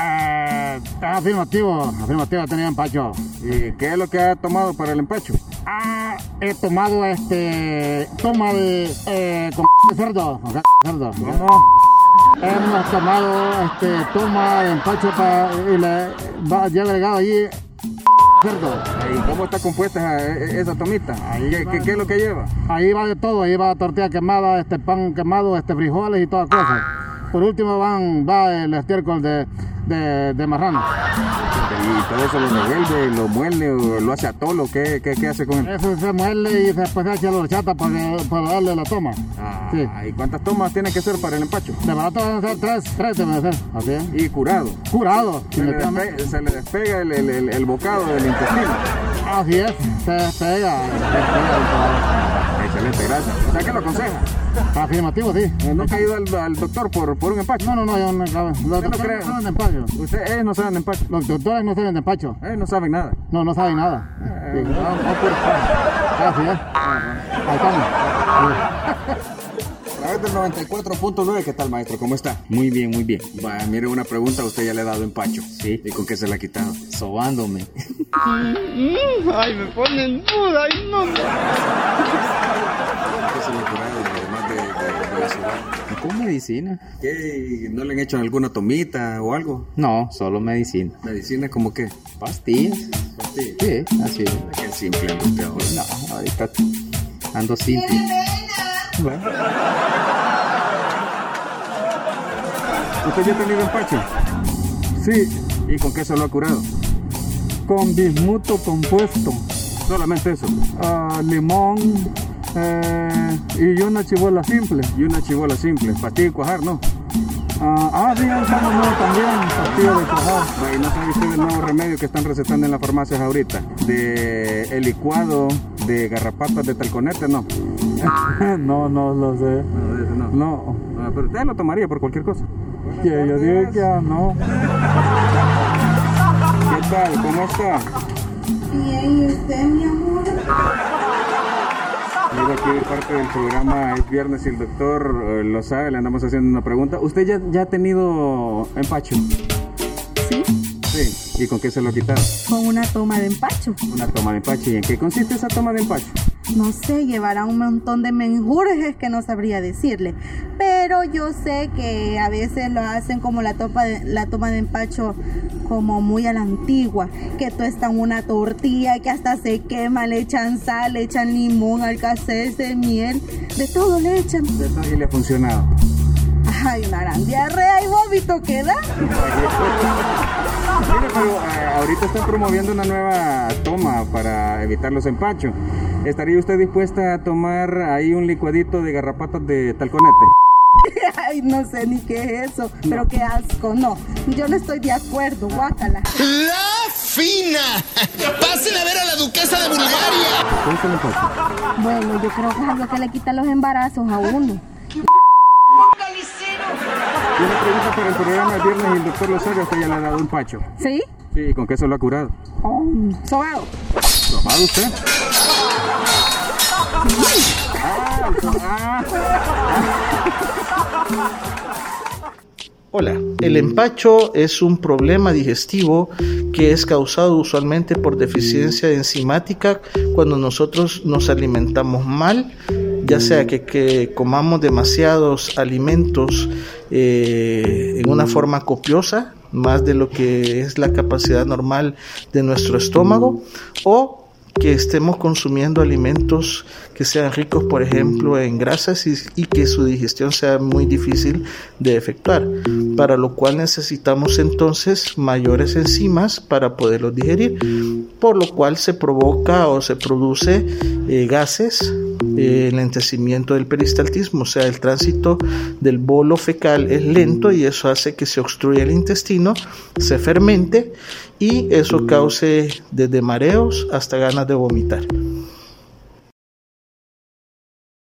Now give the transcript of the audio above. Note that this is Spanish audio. Eh, afirmativo, afirmativo, tenía empacho. ¿Y qué es lo que ha tomado para el empacho? Ah, he tomado este. Toma de. Eh, con de cerdo. Con cerdo. ¿Cómo? Hemos tomado este, toma de empacho para, y le va, ya agregado ahí cerdo. ¿Y cómo está compuesta esa- e- esa tomita? ¿Qué, qué- qué es lo que lleva? Ahí va de todo, ahí va tortilla quemada, este pan quemado, este frijoles y todas cosas. Por último van, va el estiércol de, de, de marrano. Y todo eso lo revuelve, lo muele, o lo hace a tolo. ¿Qué, qué, qué hace con él? Eso se muele y después se echa la horchata para, que- para darle la toma. Ah, Sí. ¿Y cuántas tomas tiene que ser para el empacho? De barato van a ser tres, tres deben ser, así es. Y curado. Curado, Se le despe- definitivamente. se le despega el, el- el- el bocado del intestino. Así es, se despega. se despega Excelente, gracias. O sea, ¿qué lo aconseja? el todo. Afirmativo, sí. Eh, ¿Nunca ha ido al, al doctor por, por un empacho? No, no, no, yo no creo. Los Yo no doctores creo. no saben de empacho. Ustedes ellos eh, no saben de empacho. Los doctores no saben de empacho. Ellos no saben nada. No, no saben nada. Eh, no, no por fan. Así es. Ahí estamos. A través del 94.9, ¿qué tal, maestro? ¿Cómo está? Muy bien, muy bien. Vaya, mire, una pregunta usted ya le ha dado empacho. Sí. ¿Y con qué se la ha quitado? Sobándome. Mm, Ay, me ponen duda, ay, no. ¿Con qué se le ha curado, además de, de- de la ciudad? ¿Con medicina? ¿Qué? ¿No le han hecho alguna tomita o algo? No, solo medicina. ¿Medicina como qué? Pastillas. ¿Pastilla? Sí, así. ¿Qué simple anda usted ahora? No, ahorita ando simple. Bueno, ¿Usted ya ha tenido empacho? Sí, ¿Y con qué se lo ha curado? con bismuto compuesto, Solamente eso. ah, limón eh, y una chibola simple. Y una chibola simple. Pastilla y cuajar, ¿no? Ah, ah, bien, cómo no, también pastilla de cuajar. Va, ¿Y no sabe usted el nuevo remedio que están recetando en las farmacias ahorita? De el licuado de garrapatas de talconete, no. no, no lo sé. No, de ese no. No, Ah, Pero usted lo tomaría por cualquier cosa. que yo digo que ah, no. ¿Qué tal? ¿Cómo está? Bien, ¿y usted, mi amor? Mira, aquí de parte del programa es viernes y el doctor eh, lo sabe, le andamos haciendo una pregunta. ¿Usted ya, ya ha tenido empacho? Sí, Sí. ¿Y con qué se lo quitaron? con una toma de empacho. Una toma de empacho. ¿Y en qué consiste esa toma de empacho? No sé, llevará un montón de menjurjes que no sabría decirle. Pero yo sé que a veces lo hacen como la, topa de- la toma de empacho como muy a la antigua, que tuestan una tortilla, que hasta se quema, le echan sal, le echan limón, alcacerce, miel, de todo le echan. Ya está, Y le ha funcionado. Ay, una gran diarrea y vómito queda. Mire, pero eh, ahorita están promoviendo una nueva toma para evitar los empachos. ¿Estaría usted dispuesta a tomar ahí un licuadito de garrapatas de talconete? Ay, no sé ni qué es eso, pero qué asco, no. Yo no estoy de acuerdo, guácala. La fina. Pasen a ver a la duquesa de Bulgaria. ¿Te gusta el empacho? Bueno, yo creo que es algo que le quita los embarazos a uno. Y una pregunta para el programa el viernes y el doctor lo sabe, usted ya le ha dado un pacho. ¿Sí? Oh, Sí, ¿y con qué se lo ha curado? Sobado. ¿Tomado usted? Ah, el to- ah. Hola, el empacho es un problema digestivo que es causado usualmente por deficiencia enzimática cuando nosotros nos alimentamos mal, ya sea que, que comamos demasiados alimentos eh, en una forma copiosa, más de lo que es la capacidad normal de nuestro estómago, o que estemos consumiendo alimentos que sean ricos, por ejemplo, en grasas y, y que su digestión sea muy difícil de efectuar, para lo cual necesitamos entonces mayores enzimas para poderlos digerir, por lo cual se provoca o se produce eh, gases, eh, el lentecimiento del peristaltismo, o sea, el tránsito del bolo fecal es lento y eso hace que se obstruya el intestino, se fermente y eso cause desde mareos hasta ganas de vomitar.